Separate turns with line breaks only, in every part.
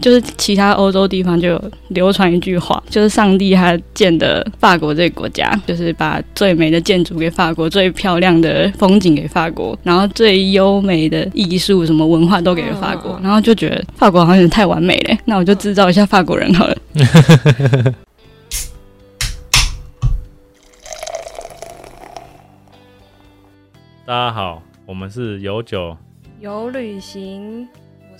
就是其他欧洲地方就有流传一句话，就是上帝他建的法国这个国家，就是把最美的建筑给法国，最漂亮的风景给法国，然后最优美的艺术什么文化都给了法国，
嗯
然后就觉得法国好像有点太完美嘞，那我就制造一下法国人好了。
大家好，我们是有酒，
有旅行，我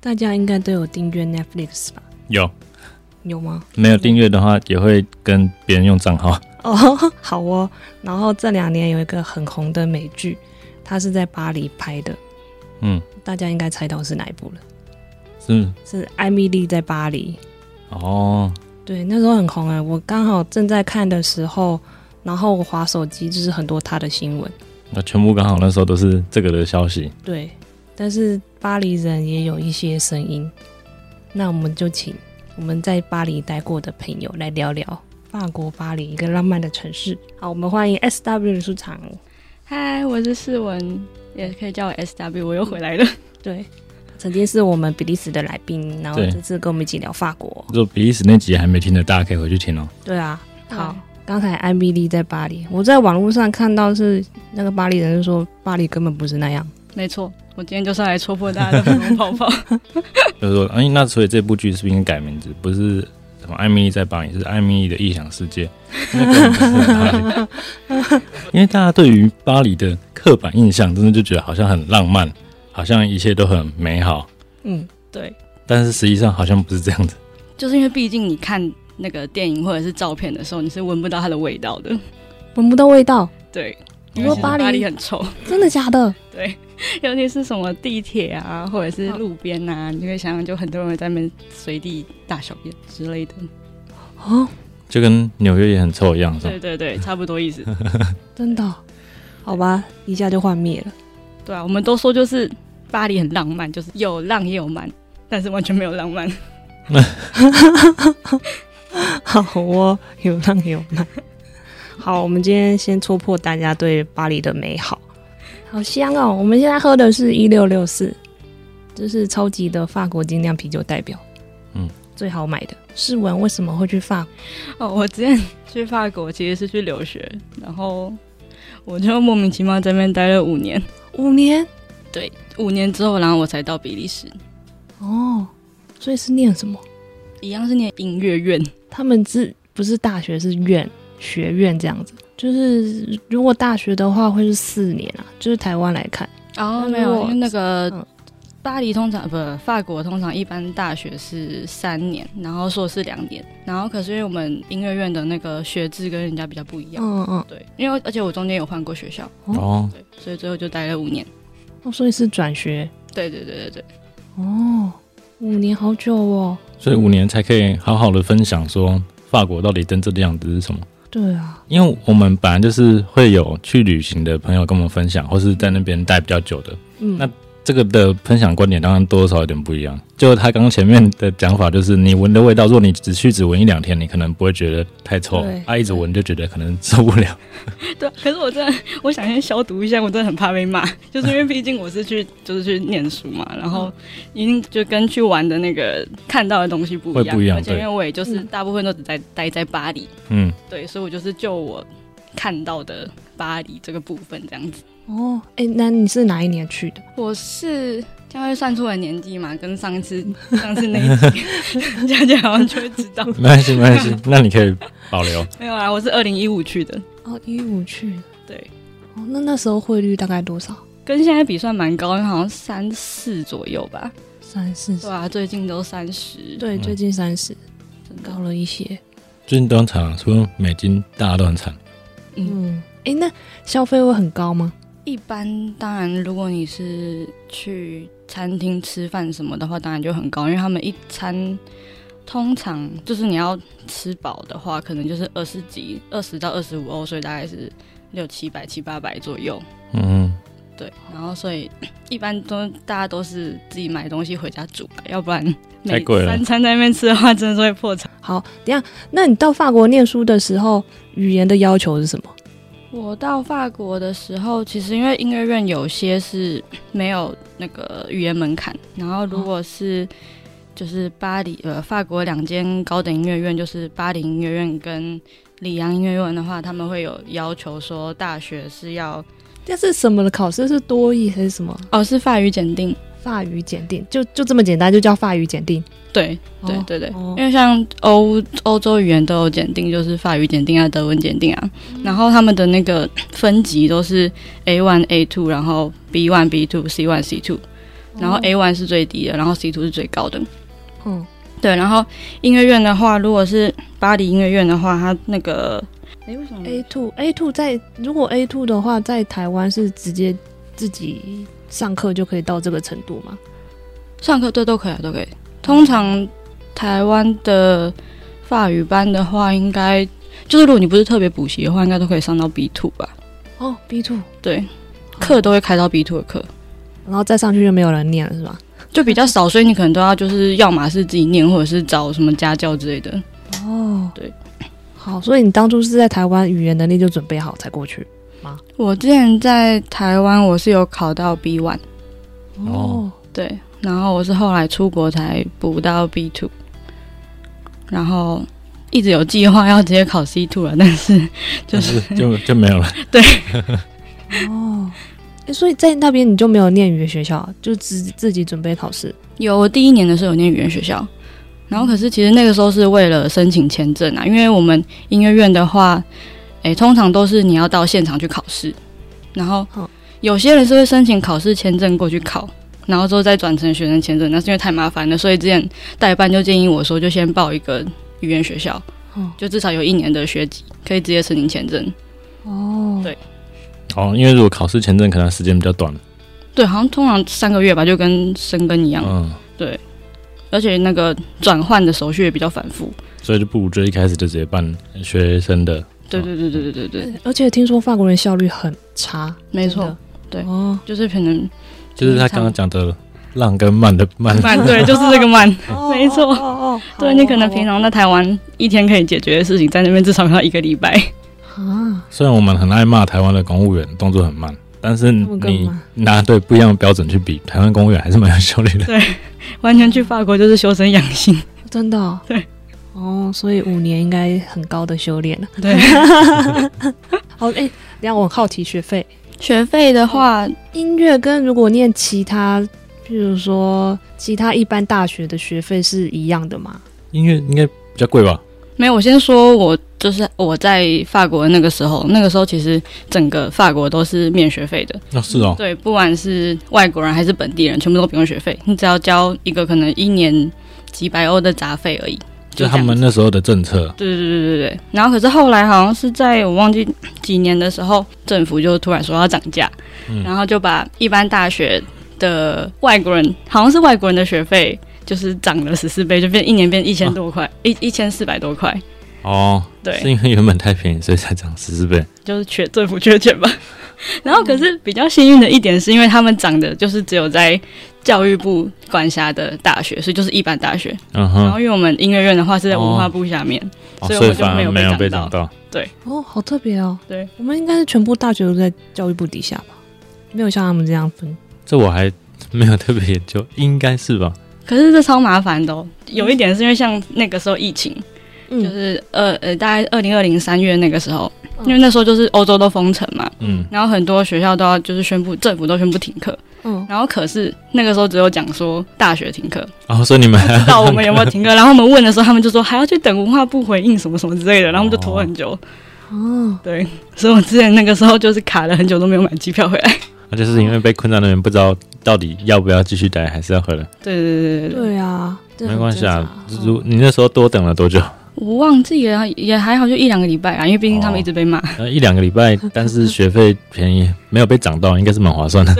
大家应该都有订阅 Netflix 吧？
有
有吗？
没有订阅的话，也会跟别人用账号。
哦， 好哦。然后这两年有一个很红的美剧，它是在巴黎拍的，
嗯，
大家应该猜到是哪一部了？
是
是《艾米丽在巴黎》。
哦，
对，那时候很红哎、我刚好正在看的时候，然后我划手机，就是很多它的新闻。
那全部刚好那时候都是这个的消息。
对，但是巴黎人也有一些声音，那我们就请我们在巴黎待过的朋友来聊聊法国巴黎一个浪漫的城市。好，我们欢迎 S W 的出场。
嗨，我是世文，也可以叫我 S W，我又回来了。
对，曾经是我们比利时的来宾，然后
对
这次跟我们一起聊法国。
就比利时那集还没听的，大家可以回去听哦。
对啊，好。刚才艾米丽在巴黎，我在网络上看到是那个巴黎人说巴黎根本不是那样。
没错，我今天就是来戳破大家的粉红泡泡。
就是说，哎、那所以这部剧是不是应该改名字？不是什么《艾米丽在巴黎》，是《艾米丽的异想世界》因为根本不是巴黎。因为大家对于巴黎的刻板印象，真的就觉得好像很浪漫，好像一切都很美好，
嗯，对，
但是实际上好像不是这样子。
就是因为毕竟你看那个电影或者是照片的时候，你是闻不到它的味道的。
闻不到味道，
对，
你说巴黎
巴黎很臭，
真的假的？
对， 尤其是什么地铁啊，或者是路边 啊，你就会想想，就很多人在那边随地大小便之类的。
哦，
就跟纽约也很臭一样，是吧
对？对对，差不多意思。
真的哦、好吧，一下就幻灭了。
对啊，我们都说就是巴黎很浪漫，就是有浪也有漫，但是完全没有浪漫。
好哦，有浪有漫。 好，我们今天先戳破大家对巴黎的美好。好香哦！我们现在喝的是一六六四，这是超级的法国精酿啤酒代表，
嗯，
最好买的。试文为什么会去法 国？
哦，我之前去法国其实是去留学，然后我就莫名其妙在那边待了五年，
五年
五年之后，然后我才到比利时，
哦，所以是念什么？
一样是念音乐院。
他们是不是大学是院学院这样子？就是如果大学的话，会是四年啊，就是台湾来看。
哦，
那
没
如
有，
果
因为那个、
嗯
巴黎通常不，法国通常一般大学是三年，然后硕士两年，然后可是因为我们音乐院的那个学制跟人家比较不一样，
嗯嗯，
对，因为而且我中间有换过学校，
哦，
对，所以最后就待了五年。
哦，所以是转学
对对对对对，
哦，五年好久哦。
所以五年才可以好好的分享说法国到底真正的样子是什么。
对啊，
因为我们本来就是会有去旅行的朋友跟我们分享，或是在那边待比较久的，
嗯，
那这个的分享观点当然多多少少有点不一样。就他刚刚前面的讲法，就是你闻的味道，如果你只去只闻一两天，你可能不会觉得太臭
对；，
啊，一直闻就觉得可能受不了。
对， 可是我真的，我想先消毒一下，我真的很怕被骂， 就是因为毕竟我是去就是去念书嘛，然后一定就跟去玩的那个看到的东西不一
会
样，
不一样
而且因
对
为我也就是
嗯
大部分都只在待在巴黎，
嗯，
对，所以我就是就我看到的巴黎这个部分这样子。
哦，哎、那你是哪一年去的？
我是这样会算出我的年纪嘛？跟上一 次上次那一集，佳佳好像就会知 道。
没关系，没关系，那你可以保留。
没有啊啦，我是二零一五去的，
哦，一五去的。
对，
哦，那那时候汇率大概多少？
跟现在比算蛮高，因为好像三四左右吧。
三四十
对。啊，最近都三十，
对，
嗯
最近三十
真的
高了一些。
最近都很惨啊，除了美金，大家都很惨。
嗯
嗯，哎、那消费会很高吗？
一般当然，如果你是去餐厅吃饭什么的话，当然就很高，因为他们一餐通常就是你要吃饱的话，可能就是二十几、二十到二十五欧，所以大概是六七百、七八百左右。
嗯，
对，然后所以一般都大家都是自己买东西回家煮吧，要不然
太
每
贵了
三餐在那边吃的话，真的是会破产。
好，等一下，那你到法国念书的时候，语言的要求是什么？
我到法国的时候，其实因为音乐院有些是没有那个语言门槛，然后如果是就是巴黎呃法国两间高等音乐院，就是巴黎音乐院跟里昂音乐院的话，他们会有要求说大学是要
这是什么的考试？是多义还是什么？
哦是法语检定，
法语检定，就就这么简单，就叫法语检定。
对对
哦
对对，
哦
因为像欧欧洲语言都有检定，就是法语检定啊、德文检定啊，
嗯
然后他们的那个分级都是 A one、A two，然后 B one、B two、C one、C two，然后 A one 是最低的，然后 C two 是最高的。
哦嗯，
对，然后音乐院的话，如果是巴黎音乐院的话，它那个哎为什么
A two A two 在如果 A two 的话，在台湾是直接自己上课就可以到这个程度吗？
上课对都可以、啊，都可以。通常台湾的法语班的话，应该就是如果你不是特别补习的话，应该都可以上到 B two 吧？
哦，B two，
对，课都会开到 B two 的课。
然后再上去就没有人念了，是吧？
就比较少，所以你可能都要就是要么是自己念，或者是找什么家教之类的。
哦，
对，
好，所以你当初是在台湾语言能力就准备好才过去。
我之前在台湾，我是有考到 B one，
哦，
对，然后我是后来出国才补到 B two，然后一直有计划要直接考 C two 了，但是
就
就是
就就没有了。
哦，诶所以在那边你就没有念语言学校，就自自己准备考试。
有我第一年的时候有念语言学校，然后可是其实那个时候是为了申请签证啊，因为我们音乐院的话，诶，通常都是你要到现场去考试，然后
好
有些人是会申请考试签证过去考，然后之后再转成学生签证，那是因为太麻烦了，所以之前代办就建议我说，就先报一个语言学校
哦，
就至少有一年的学籍可以直接申请签证。
哦
对
哦，因为如果考试签证可能时间比较短，
对，好像通常三个月吧，就跟生根一样，
嗯，
而且那个转换的手续也比较繁复。
所以就不如就一开始就直接办学生的。
对对对对对对对。
而且听说法国人效率很差，
没错
真的
对
哦，
就是可能
就是他刚刚讲的浪跟慢的慢，
慢，对，就是这个慢。 没错
哦哦哦，好
对
哦
你可能
好哦
平常在台湾一天可以解决的事情，在那边至少要一个礼拜。
啊，
虽然我们很爱骂台湾的公务员动作很慢，但是
他们更
你
慢
拿对不一样的标准去比，台湾公务员还是蛮有效率的。
完全去法国就是修身养性。
真的哦
对
哦，所以五年应该很高的修炼了。
对，
好，哎，等一下我很好奇学费，
学费的话，
音乐跟如果念其他，譬如说其他一般大学的学费是一样的吗？
音乐应该比较贵吧？
没有，我先说我就是我在法国那个时候，那个时候其实整个法国都是免学费的。
那、是哦，
对，不管是外国人还是本地人，全部都不用学费，你只要交一个可能一年几百欧的杂费而已。
就
就
他们
这样子
那时候的政策，
对对对对对对。然后可是后来好像是在我忘记几年的时候，政府就突然说要涨价，
嗯
然后就把一般大学的外国人，好像是外国人的学费。就是涨了十四倍，就变一年变一千多块，一一千四百多块，
哦，
对
是因为原本太便宜，所以才涨十四倍。
就是缺政府缺钱吧。 然后可是
嗯
比较幸运的一点是，因为他们涨的就是只有在教育部管辖的大学，所以就是一般大学。
嗯
然
哼，
后因为我们音乐院的话是在文化部下面，
哦
所以我
所以
们就
反
没
而
有
没有
被
被
涨
涨到。
哦，好特别哦。
对，
我们应该是全部大学都在教育部底下吧，没有像他们这样分。
这我还没有特别研究，应该是吧？
可是这超麻烦的、哦，有一点是因为像那个时候疫情，
嗯
就是呃呃，大概二零二零三月那个时候，
嗯
因为那时候就是欧洲都封城嘛，
嗯，
然后很多学校都要就是宣布政府都宣布停课，
嗯，
然后可是那个时候只有讲说大学停课，
然、哦后所以你们还
不知 道我们有没有停课，然后我们问的时候，他们就说还要去等文化部回应什么什么之类的，然后我们就拖很久，
哦，
对，所以我之前那个时候就是卡了很久都没有买机票回来，
那啊就是因为被困在那边，不知道到底要不要继续待，还是要回来。
对对对对对对。嗯
对啊，这很
没关系
正常
啊，
嗯
如你那时候多等了多久？
我忘记了，也还好，就一两个礼拜啊，因为毕竟他们一直被骂。
然后呃一两个礼拜，但是学费便宜，没有被涨到，应该是蛮划算的。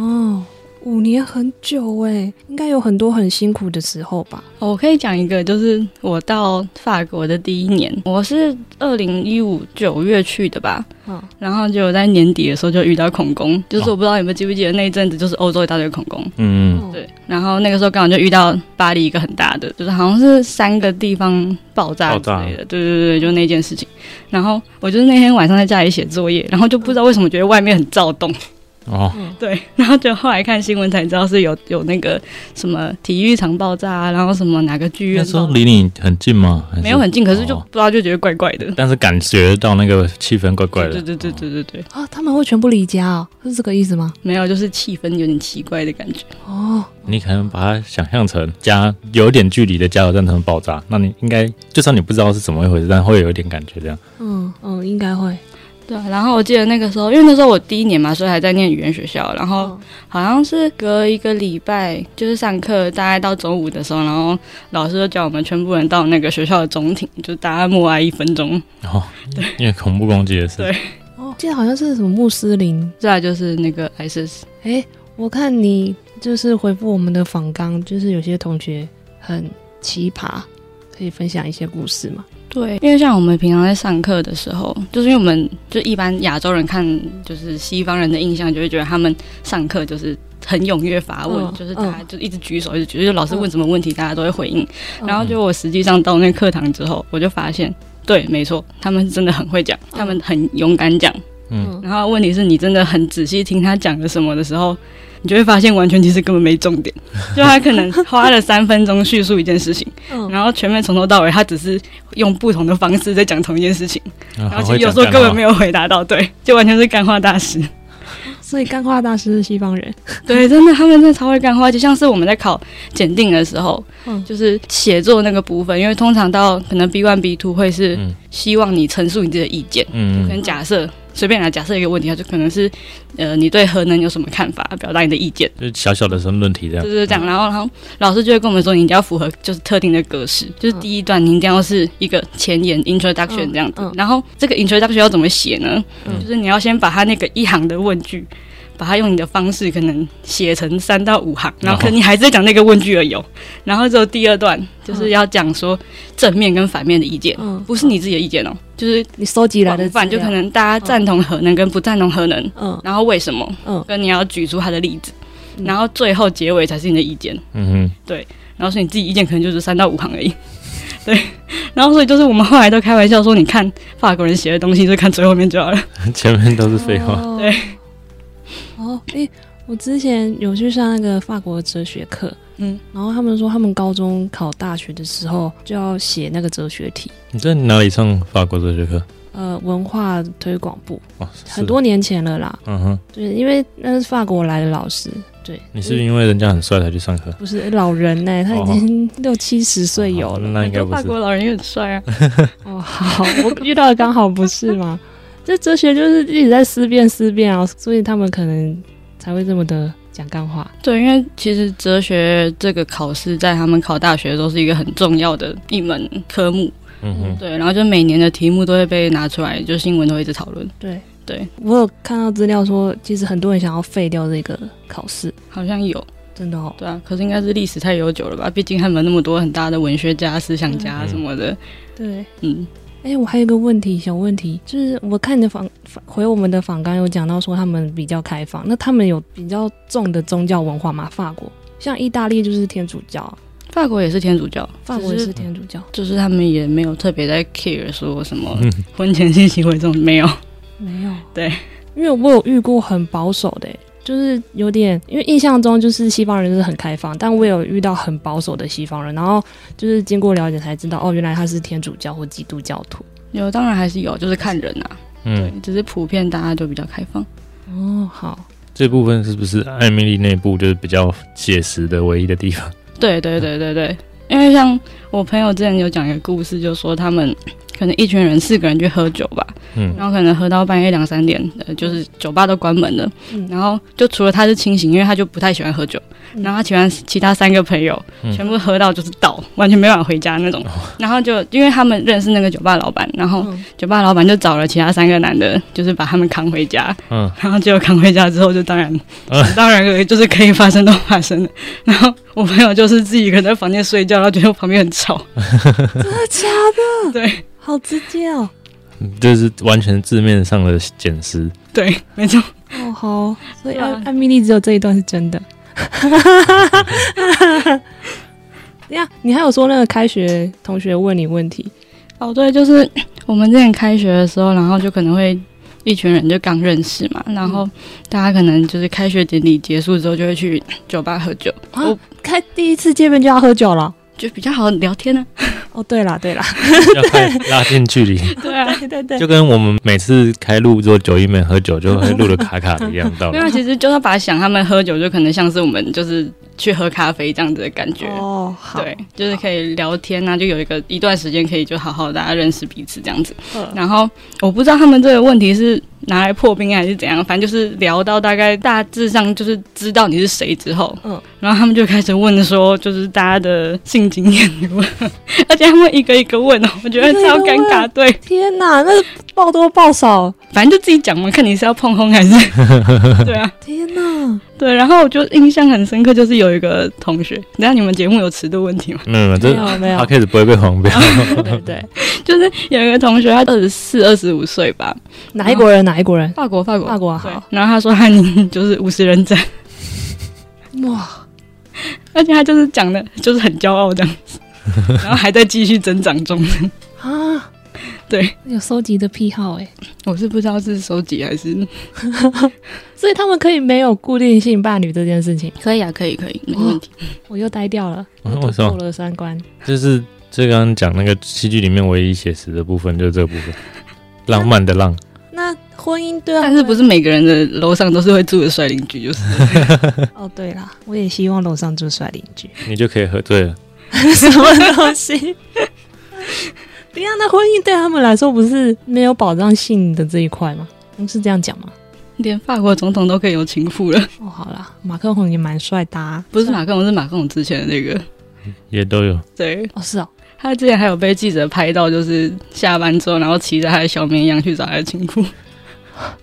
哦，五年很久哎，应该有很多很辛苦的时候吧？
哦我可以讲一个，就是我到法国的第一年，我是二零一五九月去的吧，
嗯
然后就在年底的时候就遇到恐攻，就是
哦
我不知道你们记不记得那一阵子就是欧洲一大堆恐攻，
嗯，
哦
对，哦然后那个时候刚好就遇到巴黎一个很大的，就是好像是三个地方爆炸
爆
之
炸
类的，对对对，就那件事情。然后我就是那天晚上在家里写作业，然后就不知道为什么觉得外面很躁动，
哦，
对，然后就后来看新闻才知道是有有那个什么体育场爆炸啊，然后什么哪个剧
那
院
时
爆
候
炸
离你很近吗？还是
没有很近，可是就
哦
不知道就觉得怪怪的。
但是感觉到那个气氛怪怪的。
对对对对对对，
啊，他们会全部离家哦，是这个意思吗？
没有，就是气氛有点奇怪的感觉。
哦，
你可能把它想象成加有点距离的加油站他们爆炸，那你应该就算你不知道是怎么一回事，但会有一点感觉这样。
嗯嗯，应该会。
对啊，然后我记得那个时候，因为那时候我第一年嘛，所以还在念语言学校，然后
哦，
好像是隔一个礼拜，就是上课大概到中午的时候，然后老师就叫我们全部人到那个学校的总庭，就大家默哀一分钟。
哦，因为恐怖攻击的事，
对
哦，记得好像是什么穆斯林
再来就是那个 ISIS，
哎，我看你就是回复我们的访纲，就是有些同学很奇葩，可以分享一些故事吗？
对，因为像我们平常在上课的时候，就是因为我们就一般亚洲人看就是西方人的印象，就会觉得他们上课就是很踊跃发问，
嗯
就是大家就一直举手，一直举手，就老师问什么问题，大家都会回应。
嗯
然后就我实际上到那课堂之后，我就发现，对，没错，他们真的很会讲，他们很勇敢讲。
嗯，
然后问题是你真的很仔细听他讲了什么的时候，你就会发现完全其实根本没重点，就他可能花了三分钟叙述一件事情，
嗯
然后前面从头到尾他只是用不同的方式在讲同一件事情，
嗯
然
然后其实有时候根本没
有。
有回答到，对，就完全是干话大 师。
所以干话大师是西方人，
对，真的他们真的超会干话，就像是我们在考检定的时候，
嗯
就是写作那个部分，因为通常到可能 B one B two 会是
嗯
希望你陈述你自己的意见。可
嗯
能假设随便来假设一个问题，它就可能是呃你对核能有什么看法，表达你的意见，
嗯，就小小的申论题这样
就。是这样。然后然后老师就会跟我们说，你一定要符合就是特定的格式，就是第一段你一定要是一个前言 introduction
嗯
这样子
嗯。
然后这个 introduction 要怎么写呢
嗯？
就是你要先把它那个一行的问句。把它用你的方式可能写成三到五行，
哦
然后可能你还是在讲那个问句而已哦。然后之后第二段就是要讲说正面跟反面的意见，
嗯
不是你自己的意见哦，就是
你收集来的
广
资
泛，就
料
可能大家赞同核能跟不赞同核能，
嗯
然后为什么，
嗯
跟你要举出他的例子，
嗯
然后最后结尾才是你的意见，
嗯哼，
然后所以你自己意见可能就是三到五行而已， 对。然后所以就是我们后来都开玩笑说，你看法国人写的东西，就看最后面就好了。
前面都是废话。
哦
对。
哦，诶，我之前有去上那个法国的哲学课，
嗯，
然后他们说他们高中考大学的时候就要写那个哲学题，
你在哪里上法国哲学课？
呃，文化推广部，
哦，是
很。多年前了啦，
嗯哼，
对，因为那是法国来的老师，对，
你是因为人家很帅才去上课？
不是老人呢、他已经 六七十岁有了。
哦那应该不
法
是。
国老人也很帅 啊，
哦，好，我 遇到的刚好不是嘛。这哲学就是一直在思辨思辨啊，所以他们可能才会这么的讲干话。
对，因为其实哲学这个考试在他们考大学都是一个很重要的一门科目，
嗯哼，
对，然后就每年的题目都会被拿出来，就新闻都会一直讨论，
对
对，
我有看到资料说，其实很多人想要废掉这个考试，
好像有。
真的哦。
对啊，可是应该是历史太悠久了吧？毕竟他们那么多很大的文学家、思想家
嗯
什么的，
对，
嗯，
哎，我还有一个问题，小问题，就是我看你的访访回我们的访纲有讲到说他们比较开放，那他们有比较重的宗教文化吗？法国像意大利就是天主教啊，
法国也是天主教，
法国
只
也
是
是天主教。
就是他们也没有特别在 care 说什么
嗯
婚前性行为这种没有，
没有，
对，
因为我有遇过很保守的、就是有点，因为印象中就是西方人就是很开放，但我有遇到很保守的西方人，然后就是经过了解才知道，哦，原来他是天主教或基督教徒。
有当然还是有，就是看人啊，
嗯，
只是普遍大家都比较开放。
哦，好，
这部分是不是艾米丽内部就是比较写实的唯一的地方？
对对对对对，因为像我朋友之前有讲一个故事，就说他们可可能一群人四个人去喝酒吧，
嗯
然后可能喝到半夜两三点，呃，就是酒吧都关门了，
嗯
然后就除了他是清醒，因为他就不太喜欢喝酒，
嗯
然后他喜欢其他三个朋友、
嗯
全部喝到就是倒，完全没办法回家那种，然后就因为他们认识那个酒吧老板，然后
嗯
酒吧老板就找了其他三个男的，就是把他们扛回家，
嗯，
然后结果扛回家之后，就当然，
呃
当然可以，就是可以发生都发生了。然后我朋友就是自己一个人在房间睡觉，然后觉得我旁边很吵，
真的假的？
对，
好直接哦。
这嗯是完全字面上的解释。
对，没错，
哦，好，所以
是啊
艾艾米丽只有这一段是真的。 呀，你还有说那个开学同学问你问题，
哦，对，就是 我们之前开学的时候，然后就可能会一群人就刚认识嘛，然后大家可能就是开学典礼结束之后就会去酒吧喝酒，
啊
我
开第一次见面就要喝酒了？
就比较好聊天啊 呢、
哦，对啦，对啦，
要快拉近距离，
对啊，
对对对，
就跟我们每次开录之后九一没喝酒就会录的卡卡的一样道
没
理。
有，其实就是把想他们喝酒，就可能像是我们就是去喝咖啡这样子的感觉。
哦，好，
对，就是可以聊天啊，就有一个一段时间可以就好好大家认识彼此这样子。
嗯
然后我不知道他们这个问题是拿来破冰还是怎样，反正就是聊到大概大致上就是知道你是谁之后，
嗯
然后他们就开始问说，就是大家的性经验 如何，而且他们一个一个问哦，我觉得
一个一个
超尴尬。
问
对，
天哪，那报多报少，
反正就自己讲嘛，看你是要碰 轰还是对啊。
天哪，
对，然后我就印象很深刻，就是有一个同学，等一下你们节目有尺度问题吗？
没有没有，
没
这
有没有
他，开始不会被黄标。
对 对对，
就是有一个同学，他二十四、二十五岁吧，
哪一国人哪一国人？
法国，法国，
法国啊
对
好，
然后他说他已经就是五十人斩，
哇，
而且他就是讲的，就是很骄傲这样子，然后还在继续增长中。
啊，
对，
有收集的癖好哎，
我是不知道是收集还是
所以他们可以没有固定性伴侣这件事情，
可以啊，可以可以，没
问
题。
我又呆掉了，
嗯
我
为什
突
么
破了三观。
就是这刚刚讲那个戏剧里面唯一写实的部分，就是这个部分，浪漫的浪。
那婚姻对啊，
但是不是每个人的楼上都是会住的帅邻居，就是
哦？对啦，我也希望楼上住帅邻居，
你就可以喝醉了。
什么东西？对啊，那婚姻对他们来说不是没有保障性的这一块吗？嗯是这样讲吗？
连法国总统都可以有情妇了。
哦，好啦，马克宏也蛮帅的、啊，
不是马克龙，是马克龙之前的那个。
也都有，
对
哦，是哦，
他之前还有被记者拍到，就是下班之后，然后骑着他的小绵羊去找他的情妇。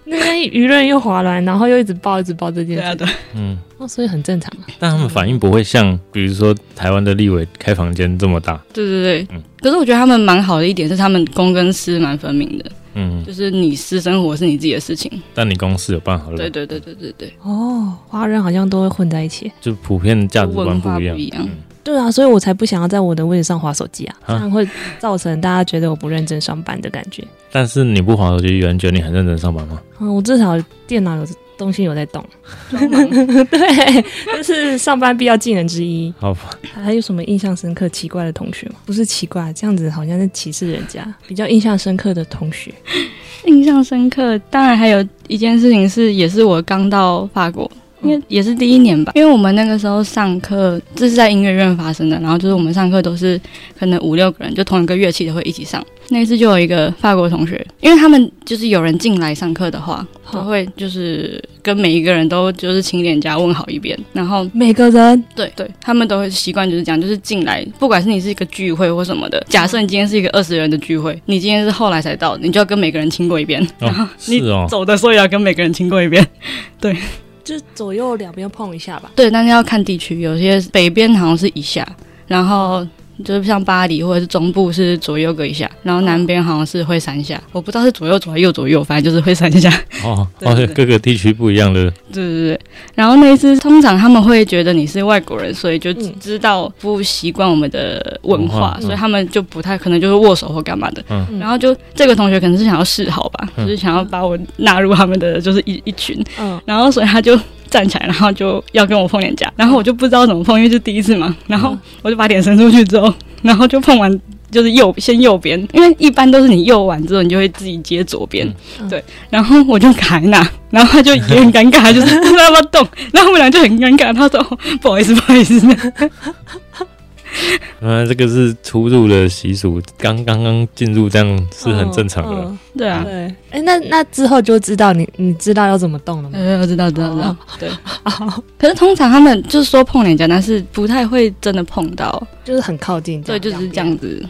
那边舆论又滑乱，然后又一直报一直报这件
对
事，
啊，对啊，
嗯，
哦，所以很正常啊。
但他们反应不会像，比如说台湾的立委开房间这么大。
对对对
嗯。
可是我觉得他们蛮好的一点是，他们公跟私蛮分明的。
嗯，
就是你私生活是你自己的事情。
但你公司有办好了，
对对对对对对，
哦，华人好像都会混在一起。
就普遍的价值观
文
不
化
一样。
不一样
嗯
对啊，所以我才不想要在我的位置上划手机啊，这
啊
样会造成大家觉得我不认真上班的感觉。
但是你不滑手机，有人觉得你很认真上班吗？
嗯，我至少电脑有东西有在动。
双盲
对，这是上班必要技能之一。
好吧，
还有什么印象深刻、奇怪的同学吗？不是奇怪，这样子好像是歧视人家。比较印象深刻的同学，
印象深刻。当然还有一件事情是，也是我刚到法国。因为也是第一年吧，嗯因为我们那个时候上课，这是在音乐院发生的。然后就是我们上课都是可能五六个人，就同一个乐器的会一起上。那一次就有一个法国同学，因为他们就是有人进来上课的话，都会就是跟每一个人都就是请脸颊问好一遍，然后
每个人
对对，他们都会习惯就是这样，就是进来，不管是你是一个聚会或什么的，假设你今天是一个二十人的聚会，你今天是后来才到，你就要跟每个人亲过一遍，然后
哦，是哦，
走的时候也要跟每个人亲过一遍。
就左右两边碰一下吧。
对，但是要看地区，有些北边好像是一下，然后。就是像巴黎或者是中部是左右各一下，然后南边好像是会三下，我不知道是左右左还是右左右，反正就是会三下。
哦，
对对
哦
对，
各个地区不一样的，
对对对，然后那一次通常他们会觉得你是外国人，所以就
嗯
知道不习惯我们的文
文
化，
化
所以他们就不太可能就是握手或干嘛的。
嗯
然后就这个同学可能是想要示好吧，
嗯
就是想要把我纳入他们的就是一一群，
嗯，
然后所以他就站起来，然后就要跟我碰脸颊，然后我就不知道怎么碰，因为是第一次嘛，然后
嗯
我就把脸伸出去之后，然后就碰完。就是右先右边，因为一般都是你右完之后，你就会自己接左边，
嗯
对。然后我就卡在那，然后他就也很尴尬， 就是不知道要不要动。然后我们俩就很尴尬，他说、哦不好意思，不好意思。
啊，这个是出入的习俗，刚刚刚进入这样是很正常的。
嗯
对啊
嗯，对，哎、那那之后就知道你你知道要怎么动了吗？
呃，知道知道知道
哦。
对，可是通常他们就是说碰脸颊，但是不太会真的碰到，
就是很靠近这
对，
样，
就只是这样子，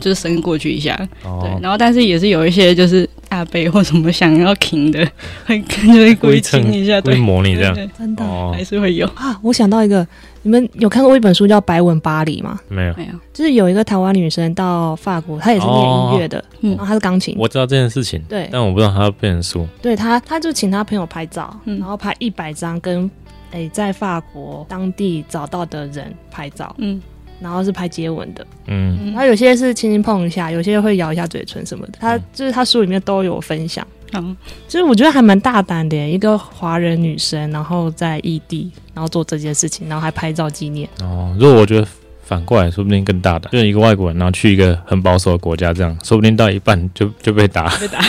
就是伸过去一下。对
哦，，
然后但是也是有一些就是阿贝或什么想要停的， 会跟就会故意亲一下，
故意
对，
模拟这样。
对，
两边，真的、
哦
还，是会有。
啊！我想到一个，你们有看过一本书叫《白吻巴黎》吗？
没有，
没有，
就是有一个台湾女生到法国，她也是念音乐的，
嗯
然后她是钢琴，
我知道这件事情，
对
但我不知道它变成书。
对她，她就请她朋友拍照，
嗯
然后拍一百张跟诶、在法国当地找到的人拍照，
嗯，
然后是拍接吻的，
嗯，
嗯
然后有些是轻轻碰一下，有些会咬一下嘴唇什么的，她
嗯
就是她书里面都有分享，
好，
就是我觉得还蛮大胆的耶，一个华人女生，然后在异地，然后做这件事情，然后还拍照纪念，
哦，如果我觉得反过来，说不定更大胆，就是一个外国人，然后去一个很保守的国家，这样，说不定到一半就就被打。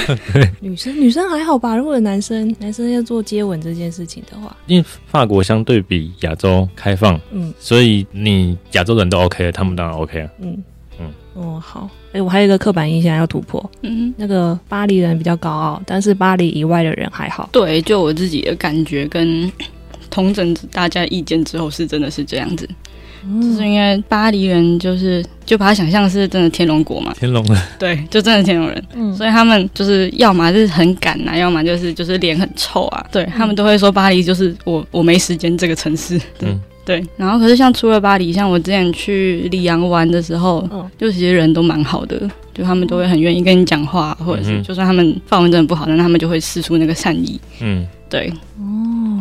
女生女生还好吧？如果有男生男生要做接吻这件事情的话，
因为法国相对比亚洲开放，
嗯。
所以你亚洲人都 OK，他们当然 OK 啊。
嗯
嗯
哦，好。哎、我还有一个刻板印象要突破，
嗯。
那个巴黎人比较高傲，但是巴黎以外的人还好。
对，就我自己的感觉跟同整大家意见之后，是真的是这样子，
嗯
就是因为巴黎人就是就把他想象是真的天龙国嘛，
天龙人，
对，就真的天龙人，
嗯
所以他们就是要么是很赶啊，要么就是就是脸很臭啊，对他们都会说巴黎就是我我没时间这个城市，对、
嗯
对，然后可是像除了巴黎，像我之前去里昂玩的时候，
嗯
就其实人都蛮好的，就他们都会很愿意跟你讲话，或
嗯
者是
哼
就算他们法文真的不好，但他们就会试出那个善意，
嗯，
对，哦，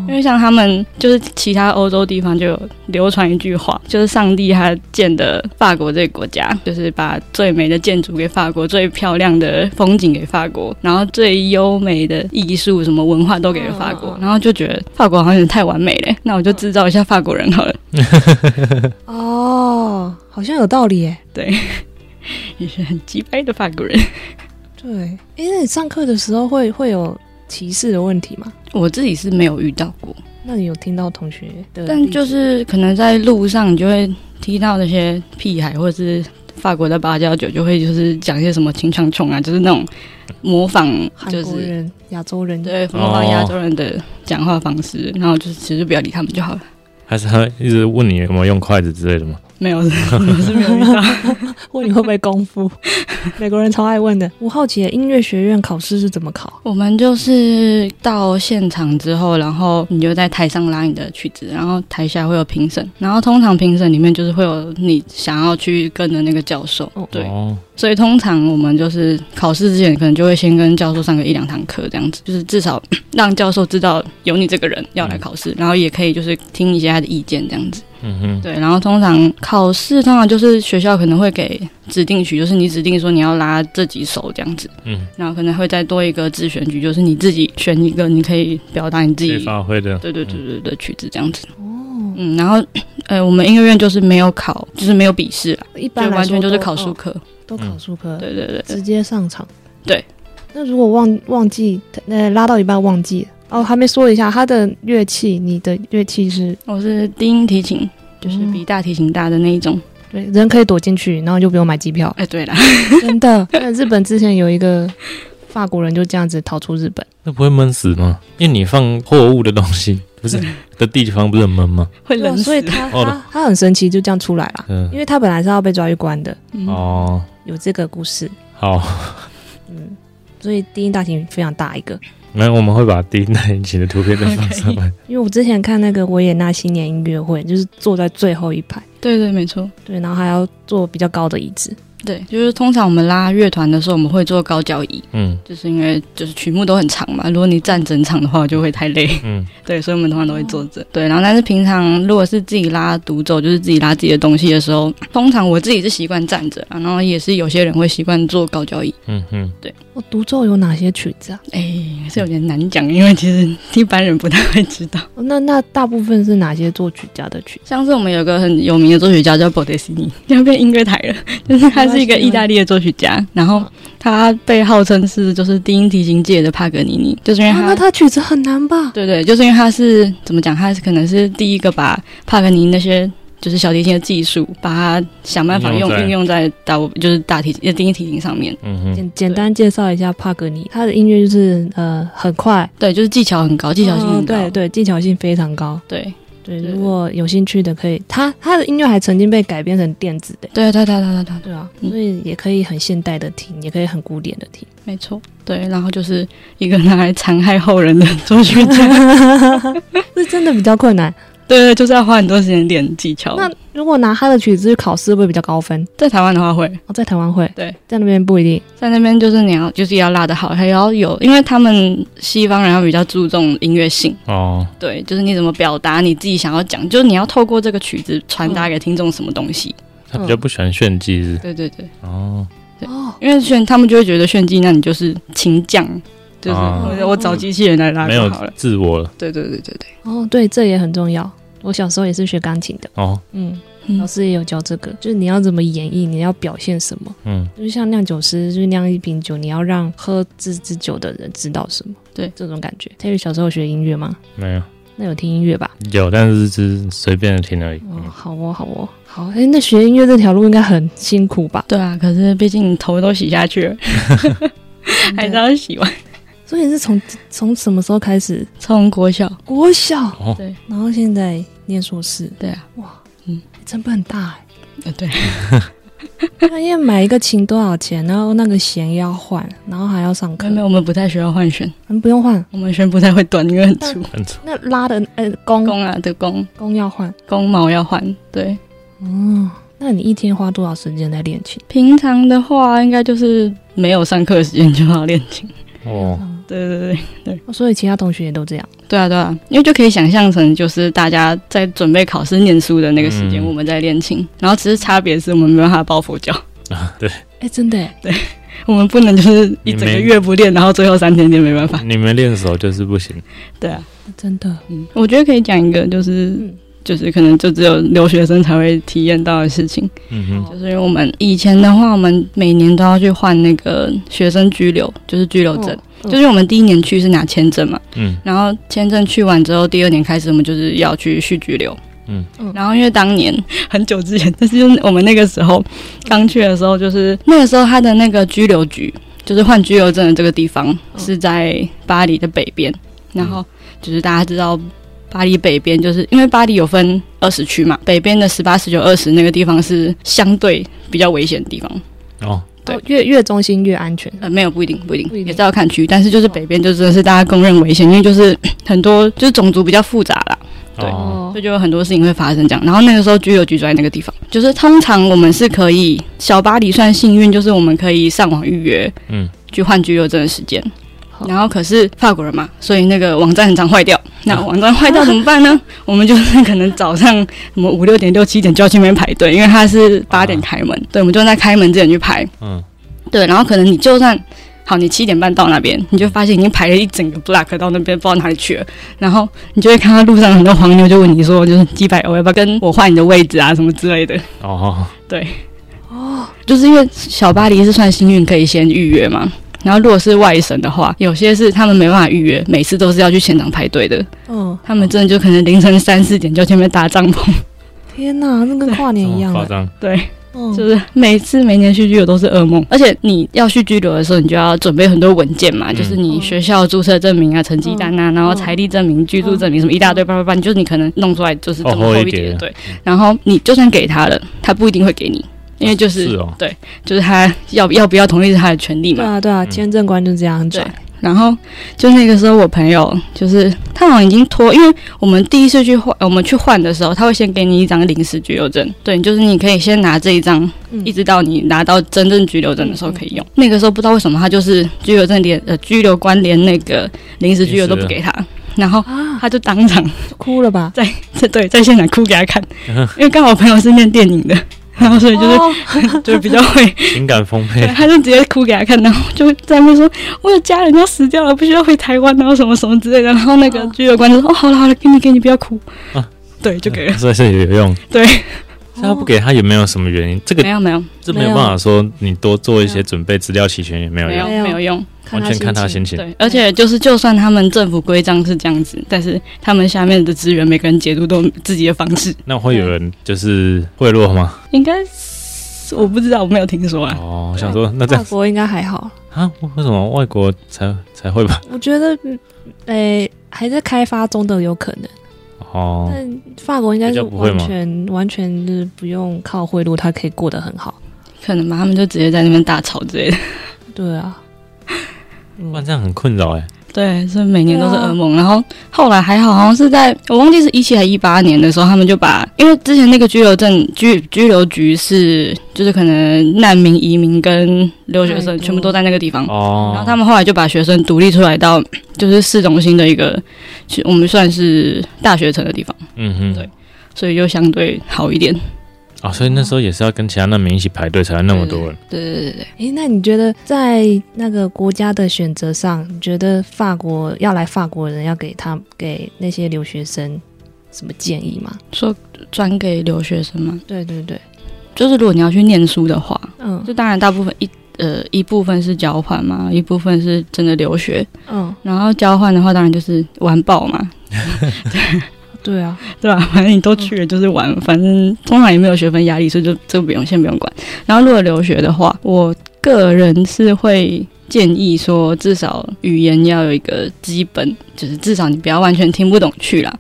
因为像他们就是其他欧洲地方就有流传一句话，就是上帝他建的法国这个国家，就是把最美的建筑给法国，最漂亮的风景给法国，然后最优美的艺术什么文化都给了法国，
嗯嗯嗯
然后就觉得法国好像有点太完美了，那我就制造一下法国人好了，
哦，好像有道理耶。
也是很鸡掰的法国人。
对，哎、那你上课的时候会会有歧视的问题吗？
我自己是没有遇到过，
那你有听到同学的例子？
但就是可能在路上你就会听到那些屁孩或者是法国的八加九，就会就是讲一些什么情场冲啊，就是那种模仿，就
韩国
是
人、亚洲人，
对模仿亚洲人的讲话方式，然后就是其实不要理他们就好了。
还是他一直问你有没有用筷子之类的吗？
没有，我是没有遇到。
问你会不会功夫？美国人超爱问的。我好奇耶，音乐学院考试是怎么考？
我们就是到现场之后，然后你就在台上拉你的曲子，然后台下会有评审，然后通常评审里面就是会有你想要去跟的那个教授
哦，
对，
哦，
所以通常我们就是考试之前，可能就会先跟教授上个一两堂课，这样子，就是至少让教授知道有你这个人要来考试，然后也可以就是听一些他的意见这样子。
嗯哼，
对，然后通常考试通常就是学校可能会给指定曲，就是你指定说你要拉这几首这样子，
嗯，
然后可能会再多一个自选曲，就是你自己选一个你可以表达你
自
自己
己发挥的，
对对对对对曲子这样子。
哦，
嗯，然后呃，我们音乐院就是没有考，就是没有笔试啦，
一
就
般来
完全
说
就是
都
考数
哦
科。
都考数科。
对对对对
直接上场。
对，
那如果忘忘记，呃，拉到一半忘记了哦，还没说一下他的乐器，你的乐器是
我是低音提琴，就是比大提琴大的那一种。，
对，人可以躲进去，然后就不用买机票
哎、对啦，
真的。那日本之前有一个法国人就这样子逃出日本，
那不会闷死吗？因为你放货物的东西不是
嗯
的地方不是很闷吗？
会冷
对啊
死。
所以他
哦
他他很神奇，就这样出来了，因
嗯，
为他本来是要被抓去关的，
嗯，
哦，
有这个故事，
好，
嗯，所以低音大提琴非常大一个。
那我们会把第一代引擎的图
哦
片再放上来。
因为我之前看那个维也纳新年音乐会，就是坐在最后一排，
对对，没错。
对，然后还要坐比较高的椅子，
对，就是通常我们拉乐团的时候，我们会做高脚椅，
嗯
就是因为就是曲目都很长嘛，如果你站整场的话，就会太累。
嗯，
对，所以我们通常都会坐
哦
着。对，然后但是平常如果是自己拉独奏，就是自己拉自己的东西的时候，通常我自己是习惯站着啊，然后也是有些人会习惯坐高脚椅。
嗯嗯，
哦，独奏有哪些曲子啊？
哎、是有点难讲，因为其实一般人不太会知道。
哦那那大部分是哪些作曲家的曲？
上次我们有个很有名的作曲家叫 b o t t e s i n i 要变音乐台了。 就是他是一个意大利的作曲家，然后他被号称是就是低音提琴界的帕格尼尼，就是因为
啊，
他。
那他曲子很难吧？
对对，就是因为他是怎么讲，他是可能是第一个把帕格尼那些就是小提琴的技术，把它想办法
应用
用
在
运用在大就是大提琴、低提琴上面。
嗯哼，
简简单介绍一下帕格尼，他的音乐就是呃很快，
对，就是技巧很高，哦技巧性
嗯
很高。
对对，技巧性非常高。
对
对，
对
如果有兴趣的可以，他他的音乐还曾经被改编成电子的，
对对对对对对，
对啊，
嗯
所以也可以很现代的听，也可以很古典的听。
没错。对，然后就是一个拿来残害后人的作曲 家。
是真的比较困难。
对对，就是要花很多时间练技巧。
那如果拿他的曲子去考试，会不会比较高分？
在台湾的话会，
哦，在台湾会，
对，
在那边不一定。
在那边就是你要就是要拉得好，还要有，因为他们西方人要比较注重音乐性，
哦，
对，就是你怎么表达你自己想要讲，就是你要透过这个曲子传达给听众什么东西。
他比较不喜欢炫技是
对对对，
哦，
对
哦，
因为炫他们就会觉得炫技，那你就是琴匠，就是
啊
我我找机器人来拉
没
就
有
好了。
自我了
对对对对对，
哦，对，这也很重要。我小时候也是学钢琴的，
哦，
嗯，
嗯
老师也有教这个，就是你要怎么演绎，你要表现什么，
嗯，
就是像酿酒师，就是酿一瓶酒，你要让喝这支酒的人知道什么，
对
这种感觉。Terry 小时候学音乐吗？
没有
那有听音乐吧？
有，但是是随便的听而已，
嗯
哦，好哦，好哦，好。哎，那学音乐这条路应该很辛苦吧？
对啊，可是毕竟头都洗下去了，还是要洗完。
所以你是从从什么时候开始？
从国小，
国小，
哦，
然后现在念硕士，
对啊，
哇，嗯
嗯，
成本很大哎。
呃对，
那因为买一个琴多少钱？然后那个弦也要换，然后还要上
没
课
有没，有，我们不太需要换弦，
嗯，不用换。
我们弦不太会断，因为很粗。
很丑，
那拉的呃弓
弓啊，对弓
弓要换，
弓毛要换，对。
嗯，那你一天花多少时间在练琴？
平常的话，应该就是没有上课的时间就要练琴。
哦，
嗯，
对对对，
哦所以其他同学也都这样。
对啊对啊，因为就可以想象成就是大家在准备考试、念书的那个时间，
嗯
我们在练琴，然后只是差别是我们没办法抱佛脚，
啊，对，
哎，真的哎，
我们不能就是一
你
整个
没
月不练，然后最后三天练，没办法。
你们练手就是不行，
对啊，
真的，
嗯，我觉得可以讲一个就是
嗯。
就是可能就只有留学生才会体验到的事情，
嗯
就是因为我们以前的话，我们每年都要去换那个学生居留，就是居留证。
嗯
就是我们第一年去是拿签证嘛，
哼，嗯，
然后签证去完之后，第二年开始我们就是要去续居留。
嗯
嗯
然后因为当年很久之前，但是就是我们那个时候刚去的时候，就是那个时候他的那个居留局，就是换居留证的这个地方
嗯
是在巴黎的北边。然后就是大家知道巴黎北边，就是因为巴黎有分二十区嘛，北边的十八、十九、二十那个地方是相对比较危险的地方。
哦，
对
哦越越中心越安全。
呃，没有，不一定，不一
不
定，
一定
也是要看区。但是就是北边就真的是大家公认危险，因为就是很多就是种族比较复杂啦，对
哦，
所以就有很多事情会发生这样。然后那个时候居留局就在那个地方，就是通常我们是可以小巴黎算幸运，就是我们可以上网预约，
嗯，
去换居留证的时间
好。
然后可是法国人嘛，所以那个网站很常 坏掉。那网站坏掉怎么办呢？ 我们就是可能早上什么五六点、六七点就要去那边排队，因为它是八点
啊
开门，对，我们就在开门之前去排。
嗯，
对，然后可能你就算好，你七点半到那边，你就发现已经排了一整个 block 到那边，不知道哪里去了。然后你就会看到路上很多黄牛就问你说，就是几百欧要不要跟我换你的位置啊，什么之类的。
哦，
就是因为小巴黎是算幸运，可以先预约嘛。然后如果是外省的话，有些是他们没办法预约，每次都是要去现场排队的。
嗯，
他们真的就可能凌晨三四点就去那边搭帐篷，
天哪，那跟跨
这
年一
么
样
夸
哎。
张，
对。
哦
嗯
就是每次每年续居留都是噩梦，而且你要去居留的时候，你就要准备很多文件嘛，
嗯
就是你学校注册证明啊、成绩单啊，然后财力证明、居住证明什么一大堆，叭叭叭，你就是你可能弄出来就是这么
哦
厚
厚
一
一叠
叠，对。然后你就算给他了，他不一定会给你，因为就是
是哦，
就是他要要不要同意是他的权利
对
嘛。
啊对啊，
嗯
签证官就这样很拽
对。然后就那个时候，我朋友就是他好像已经拖，因为我们第一次去换，我们去换的时候，他会先给你一张临时居留证，对，就是你可以先拿这一张，
嗯
一直到你拿到真正居留证的时候可以用。那个时候不知道为什么他就是居留证连呃居留官连那个临时居留都不给他，然后
啊，
他就当 场
就哭了吧？
在对在现场哭给他看，因为刚好我朋友是念电影的。然后所以就是、
哦
就是比较会，
情感丰沛
对，他就直接哭给他看，然后就在那边说：“我有家人要死掉了，必须要回台湾，然啊后什么什么之类的。”然后那个
哦
居留官就说：“哦，好了好了，给你给你，不要哭。
啊
对，就给了。
所以是有用，
对，
他
哦
不给他也没有什么原因，这
没
个
有没有
这没有办法说你多做一些准备，资料齐全也没有
没有
用，
没有用，
完全看他心情。
对，而且就是就算他们政府规章是这样子，但是他们下面的资源每个人解读都有自己的方式，
那会有人就是贿赂吗？
应该是我不知道，我没有听说啊。
哦，我想说那这
法
样
国应该还好，
啊，为什么外国才才会吧？
我觉得，嗯诶、还在开发中的有可能，
哦，
但法国应该
比
是
较不会
完
吗
全完全就是不用靠贿赂，他可以过得很好。
可能吧，他们就直接在那边大吵之类的。
对啊，嗯
不然这样很困扰哎。
对，啊所以每年都是噩梦。然后后来还好，好像是在我忘记是一七还一八年的时候，他们就把因为之前那个居留证居居留局是就是可能难民、移民跟留学
太
生
多
全部都在那个地方。
哦，
然后他们后来就把学生独立出来到就是市中心的一个，其我们算是大学城的地方，
嗯哼，
对所以就相对好一点。
啊，所以那时候也是要跟其他难民一起排队，才会那么多人。
对对对对，
诶、那你觉得在那个国家的选择上，你觉得法国要来法国人要给他给那些留学生什么建议吗？
说转给留学生嘛，
对对对，
就是如果你要去念书的话，
嗯
就当然大部分一呃一部分是交换嘛，一部分是真的留学。
嗯，
然后交换的话，当然就是玩爆嘛，
对啊，
哦
对吧？反正你都去了，就是玩，反正通常也没有学分压力，所以就这个不用，先不用管。然后如果留学的话，我个人是会建议说，至少语言要有一个基本，就是至少你不要完全听不懂去啦。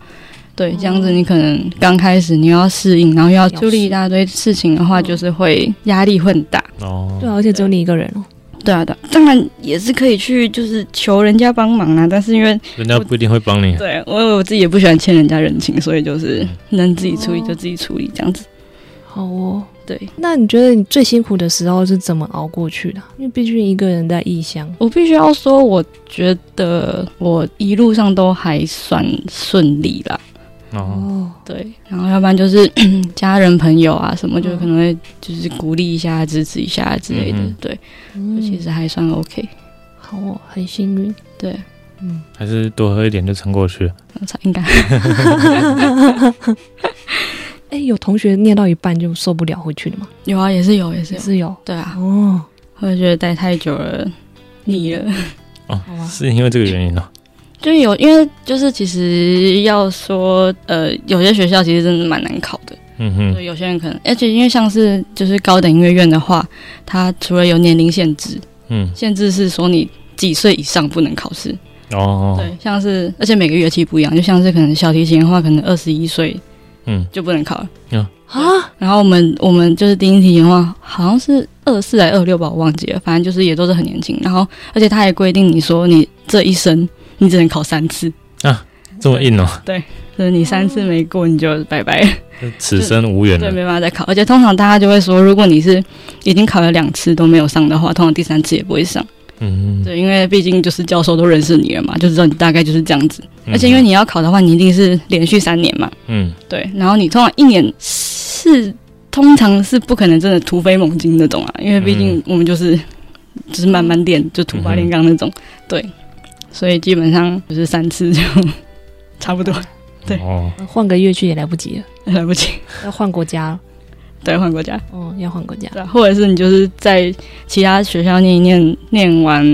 对，这样子你可能刚开始你又要适应，然后又要处理一大堆事情的话，
嗯
就是会压力会很大。
哦，
对啊，而且只有你一个人哦。
对啊，对啊，当然也是可以去就是求人家帮忙啊，但是因为
人家不一定会帮你。
对我我自己也不喜欢欠人家人情，所以就是能自己处理就自己处理这样子。
好哦，
对
那你觉得你最辛苦的时候是怎么熬过去的？因为毕竟一个人在异乡，
我必须要说，我觉得我一路上都还算顺利啦。
哦，
哦，
对，然后要不然就是 家人朋友啊什么，就
嗯
可能会就是鼓励一下、支持一下之类的。
嗯哼
对，
嗯
其实还算 OK。
好哦，很幸运。
对，
嗯，
还是多喝一点就撑过去了。
应该
哎、有同学念到一半就受不了回去了吗？
有啊，也是有，也是
也
有。
是有
对啊，
哦，
会觉得待太久了，腻了。
哦
好吧，
是因为这个原因哦。
就有，因为就是其实要说，呃，有些学校其实真的蛮难考的。
嗯哼
对，，有些人可能，而且因为像是就是高等音乐院的话，它除了有年龄限制，
嗯，
限制是说你几岁以上不能考试。
哦，
对，像是而且每个乐器不一样，就像是可能小提琴的话，可能二十一岁
嗯，
就不能考了。
啊，
然后我们我们就是低音提琴的话，好像是二四还二六吧，我忘记了，反正就是也都是很年轻。然后而且它也规定你说你这一生你只能考三次，
这么硬哦，
就是你三次没过你就拜拜了。
此生无缘啊
对，
了。
没办法再考。而且通常大家就会说，如果你是已经考了两次都没有上的话，通常第三次也不会上。
嗯，
对，因为毕竟就是教授都认识你了嘛，就知道你大概就是这样子。
嗯
而且因为你要考的话，你一定是连续三年嘛，
嗯，
对。然后你通常一年是通常是不可能真的突飞猛进那种啊，因为毕竟我们就是、就是慢慢练，就土法炼钢那种，
嗯
对。所以基本上就是三次就 差不多，对
哦，
换个乐器也来不及了，
来不及。
要换国家了，
对，换国家。
哦，要换国家。
对啊，或者是你就是在其他学校念一念，念完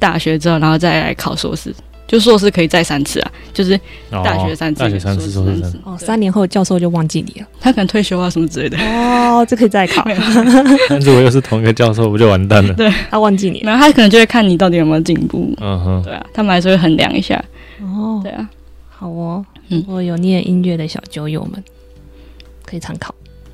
大学之后，然后再来考硕士。就硕士可以再三次啊，就是
哦
大学三次、
大学三次，硕
硕
士
士
三次，
次。
哦，
对
三年后教授就忘记 你了。
他可能退休啊什么之类的。
哦，这可以再考
没，有，
但如果又是同一个教授，不就完蛋了？
他忘记你了。
没有，他可能就会看你到底有没有进步。
嗯哼，
对啊，他们还是会衡量一下。
哦
对，啊，
好哦，
嗯
如果有念音乐的小酒友们，可以参考。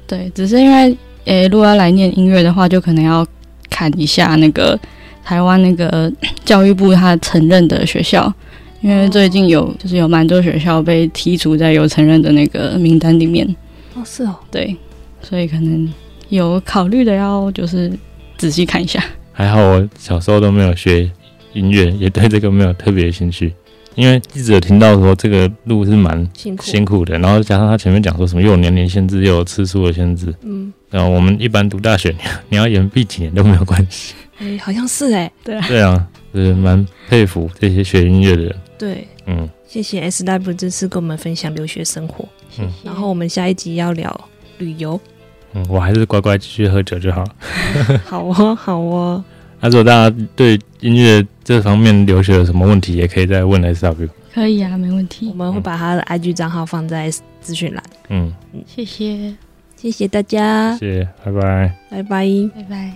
对，只是因为诶，如果要来念音乐的话，就可能要看一下那个台湾那个教育部他承认的学校，因为最近有就是有蛮多学校被剔除在有承认的那个名单里面。
哦，是哦，
对，所以可能有考虑的要就是仔细看一下。
还好我小时候都没有学音乐，也对这个没有特别兴趣，因为一直有听到说这个路是蛮
辛苦，
辛苦的，然后加上他前面讲说什么又有年龄限制，又有次数的限制，
嗯，
然后我们一般读大学，你要你要延毕几年都没有关系。
哎，好像是哎，
对啊，就是蛮佩服这些学音乐的人。
对，
嗯，
谢谢 S W 这次跟我们分享留学生活，
嗯
然后我们下一集要聊
旅游。
嗯，我还是乖乖继续喝酒就好了。
好哦，好哦，
那、如果大家对音乐这方面留学有什么问题，也可以再问 S W。
可以啊，没问
我
题，
们
嗯
会把他的 IG 账号放在资讯栏。
嗯，
谢谢，
谢谢大家，
谢谢，拜拜。
拜拜。
拜拜。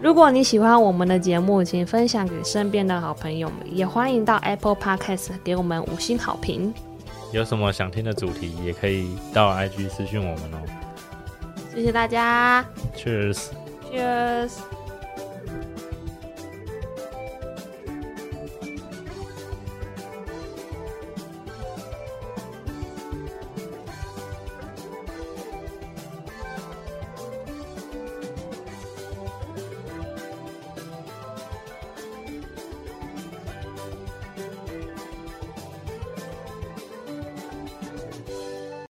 如果你喜欢我们的节目，请分享给身边的好朋友们，也欢迎到 Apple Podcast 给我们五星好评。
有什么想听的主题，也可以到 IG 私讯我们哦。
谢谢大家
Cheers。
，Cheers。